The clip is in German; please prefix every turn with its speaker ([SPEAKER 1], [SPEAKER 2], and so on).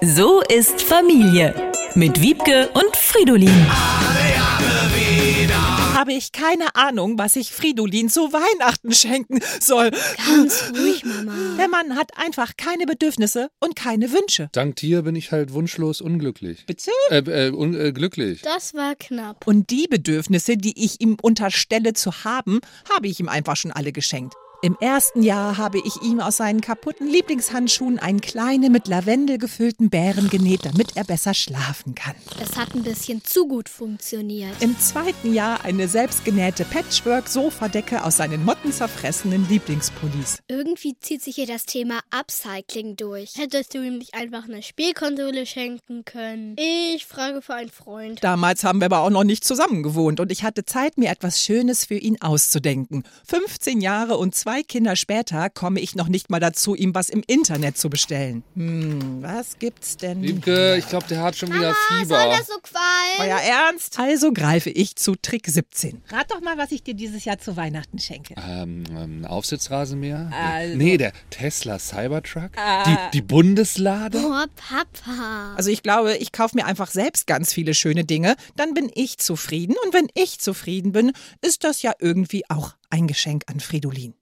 [SPEAKER 1] So ist Familie mit Wiebke und Fridolin.
[SPEAKER 2] Habe ich keine Ahnung, was ich Fridolin zu Weihnachten schenken soll.
[SPEAKER 3] Ganz ruhig, Mama.
[SPEAKER 2] Der Mann hat einfach keine Bedürfnisse und keine Wünsche.
[SPEAKER 4] Dank dir bin ich halt wunschlos unglücklich.
[SPEAKER 2] Bitte?
[SPEAKER 4] Äh, äh, un, äh glücklich.
[SPEAKER 3] Das war knapp.
[SPEAKER 2] Und die Bedürfnisse, die ich ihm unterstelle zu haben, habe ich ihm einfach schon alle geschenkt. Im ersten Jahr habe ich ihm aus seinen kaputten Lieblingshandschuhen einen kleinen mit Lavendel gefüllten Bären genäht, damit er besser schlafen kann.
[SPEAKER 3] Das hat ein bisschen zu gut funktioniert.
[SPEAKER 2] Im zweiten Jahr eine selbstgenähte Patchwork-Sofadecke aus seinen mottenzerfressenen Lieblingspullis.
[SPEAKER 3] Irgendwie zieht sich hier das Thema Upcycling durch. Hättest du ihm nicht einfach eine Spielkonsole schenken können? Ich frage für einen Freund.
[SPEAKER 2] Damals haben wir aber auch noch nicht zusammen gewohnt und ich hatte Zeit, mir etwas Schönes für ihn auszudenken. 15 Jahre und zwei Kinder später komme ich noch nicht mal dazu, ihm was im Internet zu bestellen. Hm, was gibt's denn?
[SPEAKER 4] Wiebke, ich glaube, der hat schon wieder Fieber.
[SPEAKER 3] Soll das so qualmen?
[SPEAKER 2] Euer Ernst? Also greife ich zu Trick 17.
[SPEAKER 5] Rat doch mal, was ich dir dieses Jahr zu Weihnachten schenke.
[SPEAKER 4] Ähm, ähm, Aufsitzrasenmäher?
[SPEAKER 2] Also-
[SPEAKER 4] Nee, der Tesla Cybertruck? Die, die Bundeslade?
[SPEAKER 3] Boah, Papa.
[SPEAKER 2] Also ich glaube, ich kaufe mir einfach selbst ganz viele schöne Dinge, dann bin ich zufrieden und wenn ich zufrieden bin, ist das ja irgendwie auch ein Geschenk an Fridolin.